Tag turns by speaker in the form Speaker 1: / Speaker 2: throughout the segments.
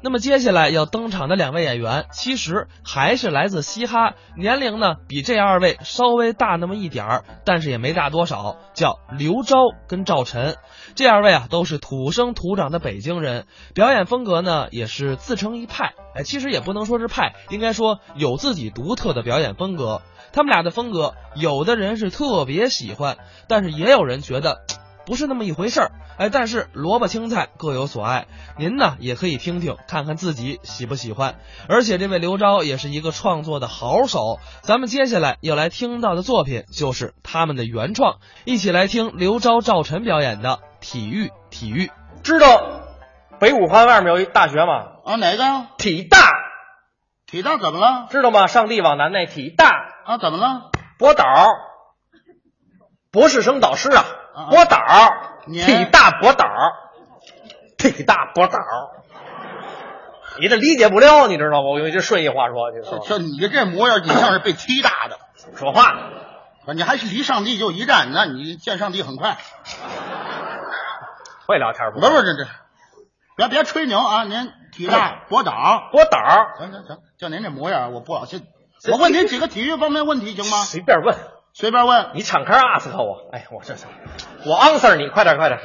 Speaker 1: 那么接下来要登场的两位演员，其实还是来自嘻哈，年龄呢比这二位稍微大那么一点儿，但是也没大多少，叫刘钊跟赵晨。这二位啊都是土生土长的北京人，表演风格呢也是自成一派。哎，其实也不能说是派，应该说有自己独特的表演风格。他们俩的风格，有的人是特别喜欢，但是也有人觉得嘖不是那么一回事儿。哎，但是萝卜青菜各有所爱，您呢也可以听听，看看自己喜不喜欢。而且这位刘钊也是一个创作的好手，咱们接下来要来听到的作品就是他们的原创，一起来听刘钊、赵晨表演的《体育体育》。
Speaker 2: 知道北五环外面有一大学吗？
Speaker 3: 啊，哪个？
Speaker 2: 体大，
Speaker 3: 体大怎么了？
Speaker 2: 知道吗？上地往南那体大，
Speaker 3: 啊，怎么了？
Speaker 2: 博导，博士生导师啊
Speaker 3: 啊，
Speaker 2: 博导，
Speaker 3: 您
Speaker 2: 体大博导，体大博导。你这理解不了，你知道吗？我用一句顺义话说，你知道
Speaker 3: 就
Speaker 2: 吗
Speaker 3: 就你这模样，你像是被踢大的。
Speaker 2: 说话，
Speaker 3: 啊你还是离上帝就一站，那你见上帝很快。
Speaker 2: 会聊天
Speaker 3: 不
Speaker 2: 不？
Speaker 3: 是这这，别别吹牛啊！您体大博导，
Speaker 2: 博导，
Speaker 3: 行行行，就您这模样，我不好信。我问您几个体育方面问题行吗？
Speaker 2: 随便问，
Speaker 3: 随便问。
Speaker 2: 你敞开 ask 我。哎，我这是，我 answer 你，快点 快点。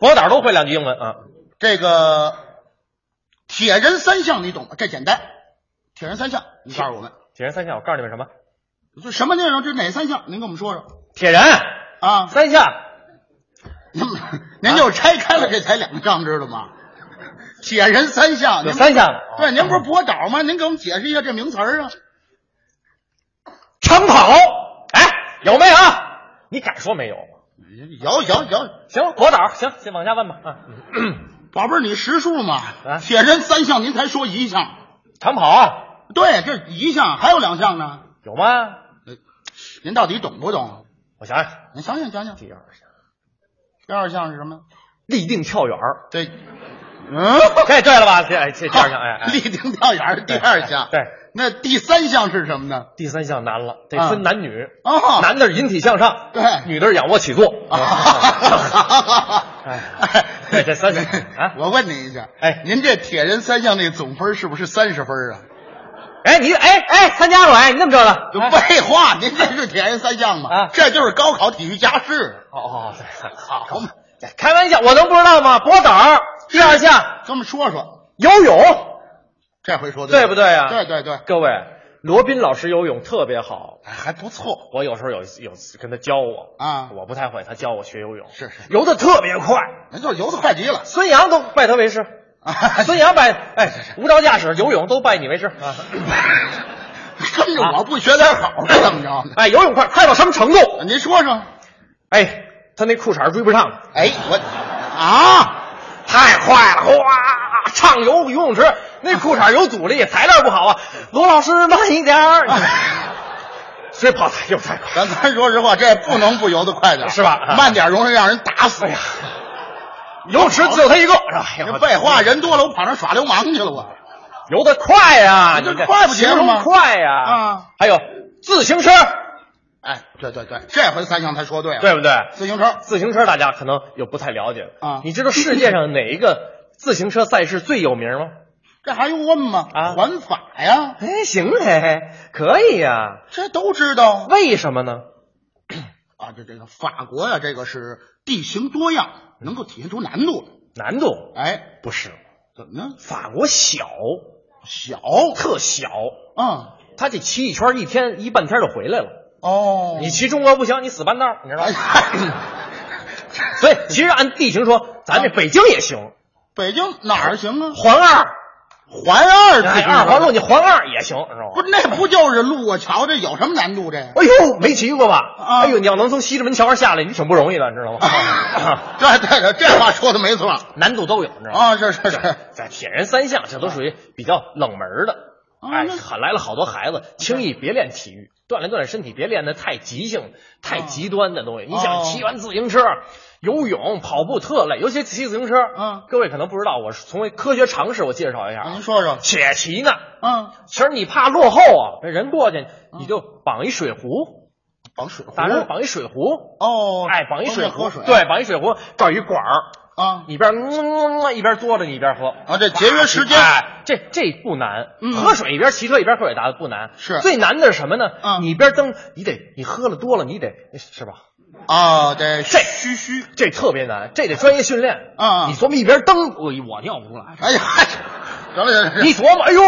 Speaker 2: 博导都会两句英文啊。
Speaker 3: 这个铁人三项你懂吗？这简单。铁人三项，你告诉我们，
Speaker 2: 铁人三项，我告诉你们什么？
Speaker 3: 这什么内容？这哪三项？您跟我们说说
Speaker 2: 铁人
Speaker 3: 啊！
Speaker 2: 三项。
Speaker 3: 您 您
Speaker 2: 啊
Speaker 3: 就拆开了这才两项，知道吗？ 铁人三项，
Speaker 2: 有
Speaker 3: 您
Speaker 2: 三项的，
Speaker 3: 对，您不是博导吗？您给我们解释一下这名词儿啊！
Speaker 2: 长跑，哎，有没有？你敢说没有吗？
Speaker 3: 有有有，
Speaker 2: 行，博导，行，先往下问吧。啊，
Speaker 3: 宝贝儿，你识数吗？
Speaker 2: 啊
Speaker 3: 铁人三项，您才说一项，
Speaker 2: 长跑啊，
Speaker 3: 对，这一项还有两项呢。
Speaker 2: 有吗？
Speaker 3: 您到底懂不懂？
Speaker 2: 我想想，
Speaker 3: 您想想想想，
Speaker 2: 第二项，
Speaker 3: 第二项是什么？
Speaker 2: 立定跳远儿，
Speaker 3: 这，嗯，
Speaker 2: 这对了吧？这哎这第二项，哎，哎
Speaker 3: 立定跳远儿第二项。
Speaker 2: 对，
Speaker 3: 那第三项是什么呢？
Speaker 2: 第三项难了，这
Speaker 3: 啊
Speaker 2: 分男女，
Speaker 3: 哦，
Speaker 2: 男的是引体向上，
Speaker 3: 对
Speaker 2: 女的是仰卧起坐。啊哎，对，这三项啊，
Speaker 3: 我问您一下，
Speaker 2: 哎
Speaker 3: 您这铁人三项那总分是不是三十分啊？
Speaker 2: 哎，你哎哎参加过哎，你怎么知道的？
Speaker 3: 就废话，您这是铁人三项吗？
Speaker 2: 啊
Speaker 3: 这就是高考体育加试。
Speaker 2: 哦哦，对
Speaker 3: 好嘛，
Speaker 2: 开玩笑，我能不知道吗？博导，第二项
Speaker 3: 跟我们说说，
Speaker 2: 游泳。
Speaker 3: 这回说
Speaker 2: 对
Speaker 3: 不
Speaker 2: 不对啊
Speaker 3: 对对对，
Speaker 2: 各位，罗宾老师游泳特别好，
Speaker 3: 哎，还不错。
Speaker 2: 我有时候有有跟他教我
Speaker 3: 啊
Speaker 2: 我不太会，他教我学游泳，
Speaker 3: 是是
Speaker 2: 游的特别快，
Speaker 3: 那就是游的快极了。
Speaker 2: 孙杨都拜他为师，
Speaker 3: 啊
Speaker 2: 孙杨拜哎无照驾驶游泳都拜你为师啊，
Speaker 3: 哎跟着我不学点好是怎么着呢？
Speaker 2: 哎游泳快快到什么程度？
Speaker 3: 您说说，
Speaker 2: 哎，他那裤衩追不上了，
Speaker 3: 哎，我 啊，
Speaker 2: 太快了，哗，畅游游泳池那裤衩有阻力，材料不好啊，罗老师慢一点
Speaker 3: 啊
Speaker 2: 儿， 所以跑太又太快。
Speaker 3: 咱咱说实话，这不能不游的快点，
Speaker 2: 是吧啊
Speaker 3: 慢点容易让人打死哎呀。
Speaker 2: 游泳池只有他一个，是吧？哎呦
Speaker 3: 这废话，人多了，我跑那耍流氓去了，我。
Speaker 2: 游得快呀，
Speaker 3: 这
Speaker 2: 你这
Speaker 3: 快不结
Speaker 2: 形
Speaker 3: 实吗
Speaker 2: 容快呀
Speaker 3: 啊！
Speaker 2: 还有自行车，
Speaker 3: 哎，对对对，这回三项他说对了。
Speaker 2: 对不对？
Speaker 3: 自行车
Speaker 2: 自行车大家可能有不太了解的
Speaker 3: 啊
Speaker 2: 你知道世界上哪一个自行车赛事最有名吗？
Speaker 3: 这还用问吗？
Speaker 2: 啊
Speaker 3: 环法呀，
Speaker 2: 哎，行嘞，可以呀。
Speaker 3: 这都知道
Speaker 2: 为什么呢？
Speaker 3: 啊。这这个法国呀，这个是地形多样，能够体现出难度来。
Speaker 2: 难度
Speaker 3: 哎，
Speaker 2: 不是，
Speaker 3: 怎么呢？
Speaker 2: 法国小，
Speaker 3: 小，
Speaker 2: 特小，
Speaker 3: 嗯，
Speaker 2: 他得骑一圈，一天一半天就回来了。
Speaker 3: 哦，
Speaker 2: 你 骑中国不行，你死半道儿，你知道
Speaker 3: 哎
Speaker 2: 吗？
Speaker 3: 呀，
Speaker 2: 所以其实按地形说，咱这北京也行，
Speaker 3: 北京哪儿行啊？
Speaker 2: 环二，
Speaker 3: 环二啊自
Speaker 2: 哎，
Speaker 3: 行车
Speaker 2: 二环路，你环二也行，知道吗？
Speaker 3: 不是那不就是路啊桥？这有什么难度 这？
Speaker 2: 哎呦，没骑过吧？
Speaker 3: 啊
Speaker 2: 哎呦，你要能从西直门桥上下来，你挺不容易的，你知道吗？
Speaker 3: 啊对对对，这话说的没错
Speaker 2: 难度都有，你知道吗？
Speaker 3: 啊，是是是，
Speaker 2: 在铁人三项，这都属于比较冷门的。
Speaker 3: 啊
Speaker 2: 哎，
Speaker 3: 那
Speaker 2: 喊来了好多孩子，轻易别练体育，锻炼锻炼身体，别练的太急性、太极端的东西。你想
Speaker 3: 哦
Speaker 2: 骑完自行车、游泳、跑步特累，尤其骑自行车。
Speaker 3: 嗯
Speaker 2: 各位可能不知道，我是从科学常识我介绍一下
Speaker 3: 啊您
Speaker 2: 啊，
Speaker 3: 说说，
Speaker 2: 且骑呢，
Speaker 3: 嗯，
Speaker 2: 其实你怕落后啊，这人过去你就绑一水壶，
Speaker 3: 绑水壶
Speaker 2: 打人绑一水壶，
Speaker 3: 哦，
Speaker 2: 哎，绑一水
Speaker 3: 方便
Speaker 2: 壶，
Speaker 3: 喝水，
Speaker 2: 对，绑一水壶，找一管儿，
Speaker 3: 啊
Speaker 2: 一边嗯嗯嗯一边嘬着你一边喝，
Speaker 3: 啊，这节约时间，
Speaker 2: 哎，这这不难，
Speaker 3: 嗯
Speaker 2: 喝水一边骑车一边喝水打的不难，
Speaker 3: 是
Speaker 2: 最难的是什么呢？
Speaker 3: 嗯
Speaker 2: 你一边蹬，你得你喝了多了，你得是吧？
Speaker 3: 啊，得
Speaker 2: 这
Speaker 3: 嘘嘘，
Speaker 2: 这特别难，这得专业训练。
Speaker 3: 嗯嗯
Speaker 2: 你琢磨一边蹬，我我尿不出来。
Speaker 3: 哎呀， 哎得了得了，得了
Speaker 2: 你琢磨，哎呦，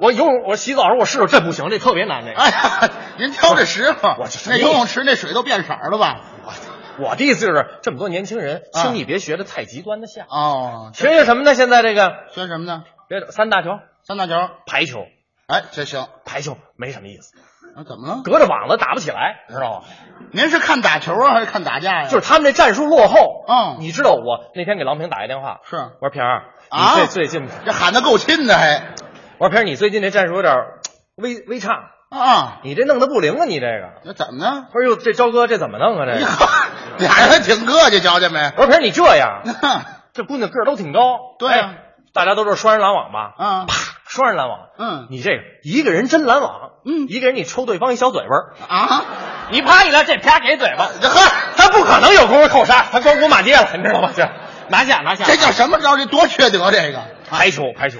Speaker 2: 我游泳，我洗澡的时候我试试，这不行，这特别难。这个，
Speaker 3: 哎呀，您挑这时候，
Speaker 2: 我这
Speaker 3: 那游泳池那水都变色儿了吧？
Speaker 2: 我的意思就是，这么多年轻人，
Speaker 3: 啊
Speaker 2: 轻易别学的太极端的下。
Speaker 3: 哦，
Speaker 2: 学学什么呢？现在这个
Speaker 3: 学什么呢？
Speaker 2: 别三大球，
Speaker 3: 三大球，
Speaker 2: 排球，
Speaker 3: 哎，这行，
Speaker 2: 排球没什么意思，
Speaker 3: 那怎么了？
Speaker 2: 隔着网子打不起来，知道吗？
Speaker 3: 您是看打球啊，还是看打架呀？
Speaker 2: 就是他们这战术落后。
Speaker 3: 嗯
Speaker 2: 你知道我那天给郎平打一电话，
Speaker 3: 是
Speaker 2: 我说平儿，
Speaker 3: 啊
Speaker 2: 你这最近，
Speaker 3: 这喊的够亲的，还
Speaker 2: 我说平儿，你最近这战术有点儿微微差，
Speaker 3: 啊，
Speaker 2: 你这弄得不灵啊，你这个。
Speaker 3: 那怎么呢？
Speaker 2: 我说哟，这朝哥这怎么弄啊？这
Speaker 3: 你
Speaker 2: 个，
Speaker 3: 看俩人挺客气，瞧见没？ 啊
Speaker 2: 我说平儿你这样，
Speaker 3: 那
Speaker 2: 这姑娘个儿都挺高，
Speaker 3: 对啊
Speaker 2: 哎大家都知道双人拦网吧？
Speaker 3: 啊，
Speaker 2: 双人拦网，
Speaker 3: 嗯
Speaker 2: 你这个一个人真拦网，
Speaker 3: 嗯
Speaker 2: 一个人你抽对方一小嘴巴儿，
Speaker 3: 啊，
Speaker 2: 你啪一来这啪给嘴巴，
Speaker 3: 这呵，
Speaker 2: 他不可能有功夫扣杀，他光顾满街了，你知道吗？这拿下拿下，
Speaker 3: 这叫什么招？这多缺德！这个，啊
Speaker 2: 排球排 球，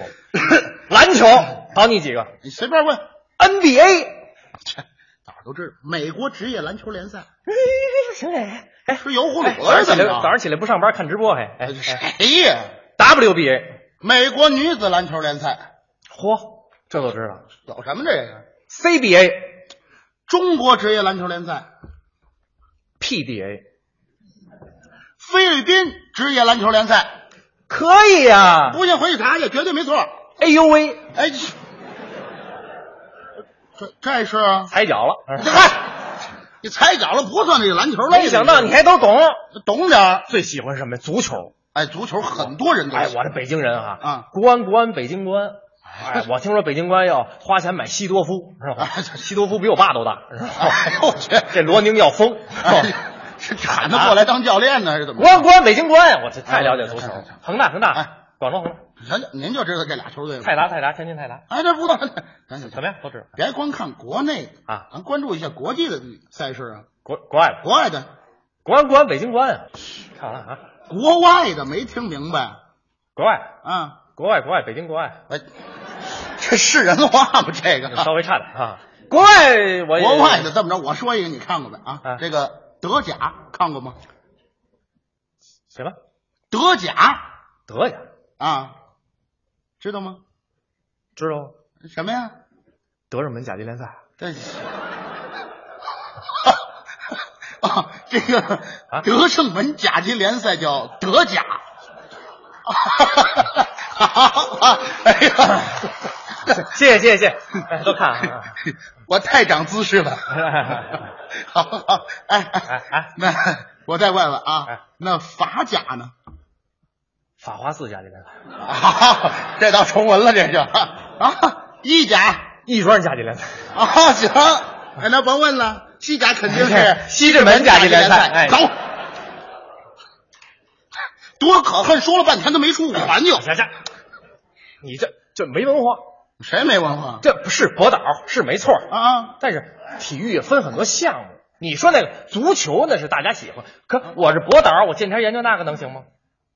Speaker 2: 篮球，考你几个
Speaker 3: 你随便问，
Speaker 2: NBA？
Speaker 3: 切，哪儿都知道。美国职业篮球联赛
Speaker 2: 行哎哎，
Speaker 3: 是油葫
Speaker 2: 哎
Speaker 3: 芦是
Speaker 2: 早上
Speaker 3: 怎
Speaker 2: 起
Speaker 3: 么
Speaker 2: 来
Speaker 3: 着？
Speaker 2: 早上起来不上班看直播还哎
Speaker 3: 哎这
Speaker 2: 哎
Speaker 3: 谁呀？
Speaker 2: WBA，
Speaker 3: 美国女子篮球联赛
Speaker 2: 嚯，这都知道
Speaker 3: 有什么这个？
Speaker 2: CBA。
Speaker 3: 中国职业篮球联赛、
Speaker 2: PDA
Speaker 3: 菲律宾职业篮球联赛，
Speaker 2: 可以呀、
Speaker 3: 不信回去查去，绝对没错。
Speaker 2: 哎呦喂，
Speaker 3: 哎，去这这是
Speaker 2: 踩脚了。
Speaker 3: 嗨，你踩脚了不算这个篮球类的。
Speaker 2: 没想到你还都懂。
Speaker 3: 懂点儿。
Speaker 2: 最喜欢什么？足球。
Speaker 3: 哎，足球很多人 都
Speaker 2: 哎，
Speaker 3: 喜欢
Speaker 2: 我这北京人啊，
Speaker 3: 啊
Speaker 2: 国安国安北京国 安。哎，我听说北京国安要花钱买西多夫，知道吗
Speaker 3: 哎？这
Speaker 2: 西多夫比我爸都大，知道吗？
Speaker 3: 哎呦我去
Speaker 2: 这罗宁要疯。
Speaker 3: 哎，是喊他过来当教练呢，是怎么
Speaker 2: 国
Speaker 3: 着？
Speaker 2: 安国安北京国安，我这太了解足球
Speaker 3: 哎
Speaker 2: 了
Speaker 3: 哎。
Speaker 2: 恒大恒
Speaker 3: 哎
Speaker 2: 大，广州恒大，
Speaker 3: 您您就知道这俩球队吗？
Speaker 2: 泰达泰达，天津泰达，
Speaker 3: 哎，这不懂。行行
Speaker 2: 怎么？样？都知道。
Speaker 3: 别光看国内的
Speaker 2: 啊
Speaker 3: 咱关注一下国际的赛事啊，
Speaker 2: 国国外的，
Speaker 3: 国外的、
Speaker 2: 国安国安北京国安啊，看完了啊，
Speaker 3: 国外的没听明白
Speaker 2: 国外
Speaker 3: 啊？
Speaker 2: 国外国外北京国外。
Speaker 3: 哎，这是人话吗？这个
Speaker 2: 稍微差点 啊。国外我也
Speaker 3: 国外的这么着，我说一个，你看过没啊
Speaker 2: 啊？
Speaker 3: 这个德甲看过吗？
Speaker 2: 什么
Speaker 3: 德甲
Speaker 2: 德甲
Speaker 3: 啊，知道吗？
Speaker 2: 知道吗？
Speaker 3: 什么呀？
Speaker 2: 德胜门甲级联赛
Speaker 3: 这是啊，这个
Speaker 2: 啊
Speaker 3: 德胜门甲级联赛叫德甲。哎呀，
Speaker 2: 谢谢谢谢谢谢，哎都看啊，
Speaker 3: 我太长姿势了。好好，哎
Speaker 2: 哎
Speaker 3: 哎
Speaker 2: 哎，
Speaker 3: 那我再问问
Speaker 2: 哎
Speaker 3: 啊，那法甲呢？
Speaker 2: 法华寺甲级联赛，
Speaker 3: 啊，这倒重文了，这是啊，意甲
Speaker 2: 亦庄甲级联赛，
Speaker 3: 啊，行，哎，那甭问了，西甲肯定是
Speaker 2: 西直门甲级联赛哎
Speaker 3: 走。 多可恨！说了半天都没出五环就，
Speaker 2: 下下，你这这没文化，
Speaker 3: 谁没文化
Speaker 2: 这不是博导是没错，
Speaker 3: 啊？
Speaker 2: 但是体育也分很多项目。你说那个足球那是大家喜欢，可我是博导，我见天研究那个能行吗？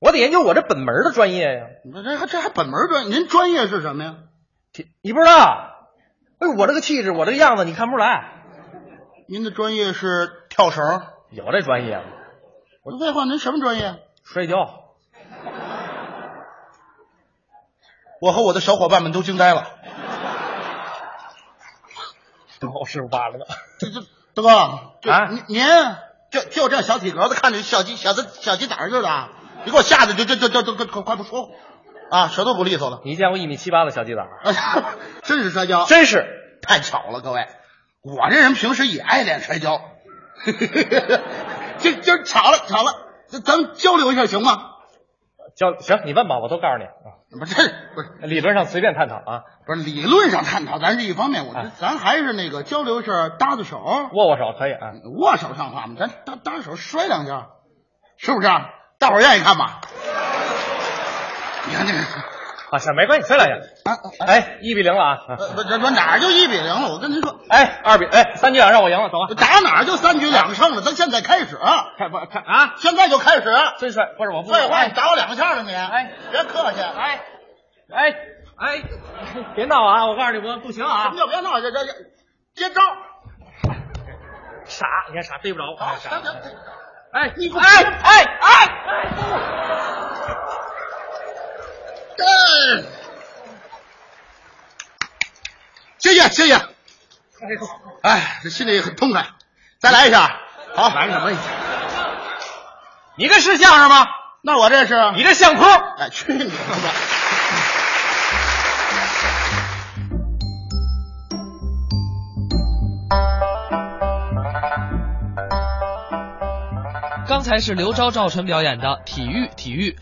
Speaker 2: 我得研究我这本门的专业呀。
Speaker 3: 你说这还这还本门专，您专业是什么呀？
Speaker 2: 体你不知道？哎，我这个气质，我这个样子，你看不出来。
Speaker 3: 您的专业是跳绳。
Speaker 2: 有这专业吗？
Speaker 3: 我说废话，您什么专业？啊
Speaker 2: 摔 跤。
Speaker 3: 我和我的小伙伴们都惊呆了。
Speaker 2: 我师傅扒了
Speaker 3: 这这大哥，这
Speaker 2: 啊
Speaker 3: 您您就就这小体格子，看着小鸡小子小鸡崽儿似的啊，你给我吓得就就就就就快快快不说啊，舌头不利索了。
Speaker 2: 你见过一米七八的小鸡崽儿？
Speaker 3: 哎呀，真是摔跤，
Speaker 2: 真是，
Speaker 3: 太巧了，各位，我这人平时也爱练摔 跤，这今儿巧了巧了，这咱们交流一下行吗？
Speaker 2: 交行，你问吧，我都告诉你啊。
Speaker 3: 不是这不是
Speaker 2: 理论上随便探讨啊，
Speaker 3: 不是理论上探讨，咱是一方面，我觉得
Speaker 2: 啊
Speaker 3: 咱还是那个交流一下搭子手，
Speaker 2: 握握手可以啊。
Speaker 3: 握手像话吗？咱搭搭着手摔两下，啊是不是？大伙儿愿意看吗？你看这个，
Speaker 2: 啊，行，没关系，咱俩也，
Speaker 3: 啊，哎，
Speaker 2: 哎，一比零了啊，
Speaker 3: 不不，这哪儿就一比零了？我跟您说，
Speaker 2: 哎，二比，哎，三局两让我赢了，走啊，
Speaker 3: 打哪儿就三局两胜了，咱现在开始，
Speaker 2: 看不看啊？
Speaker 3: 现在就开始。
Speaker 2: 真帅，不是我不
Speaker 3: 废话，你打我两下了你，
Speaker 2: 哎，
Speaker 3: 别客气，哎，
Speaker 2: 哎，哎，哎，别闹啊！我告诉你，我不行啊
Speaker 3: 你！就别闹，这这这接招，
Speaker 2: 傻，你看傻，对不着我。
Speaker 3: 好，
Speaker 2: 傻
Speaker 3: 行行，
Speaker 2: 哎，你哎哎哎！
Speaker 3: 嗯，谢谢谢谢，哎，这心里很痛快，再来一下，好，来什么？
Speaker 2: 你这是相声吗？
Speaker 3: 那我这是，
Speaker 2: 你这相扑？
Speaker 3: 哎，去你的吧！
Speaker 1: 刚才是刘钊、赵晨表演的体育，体育。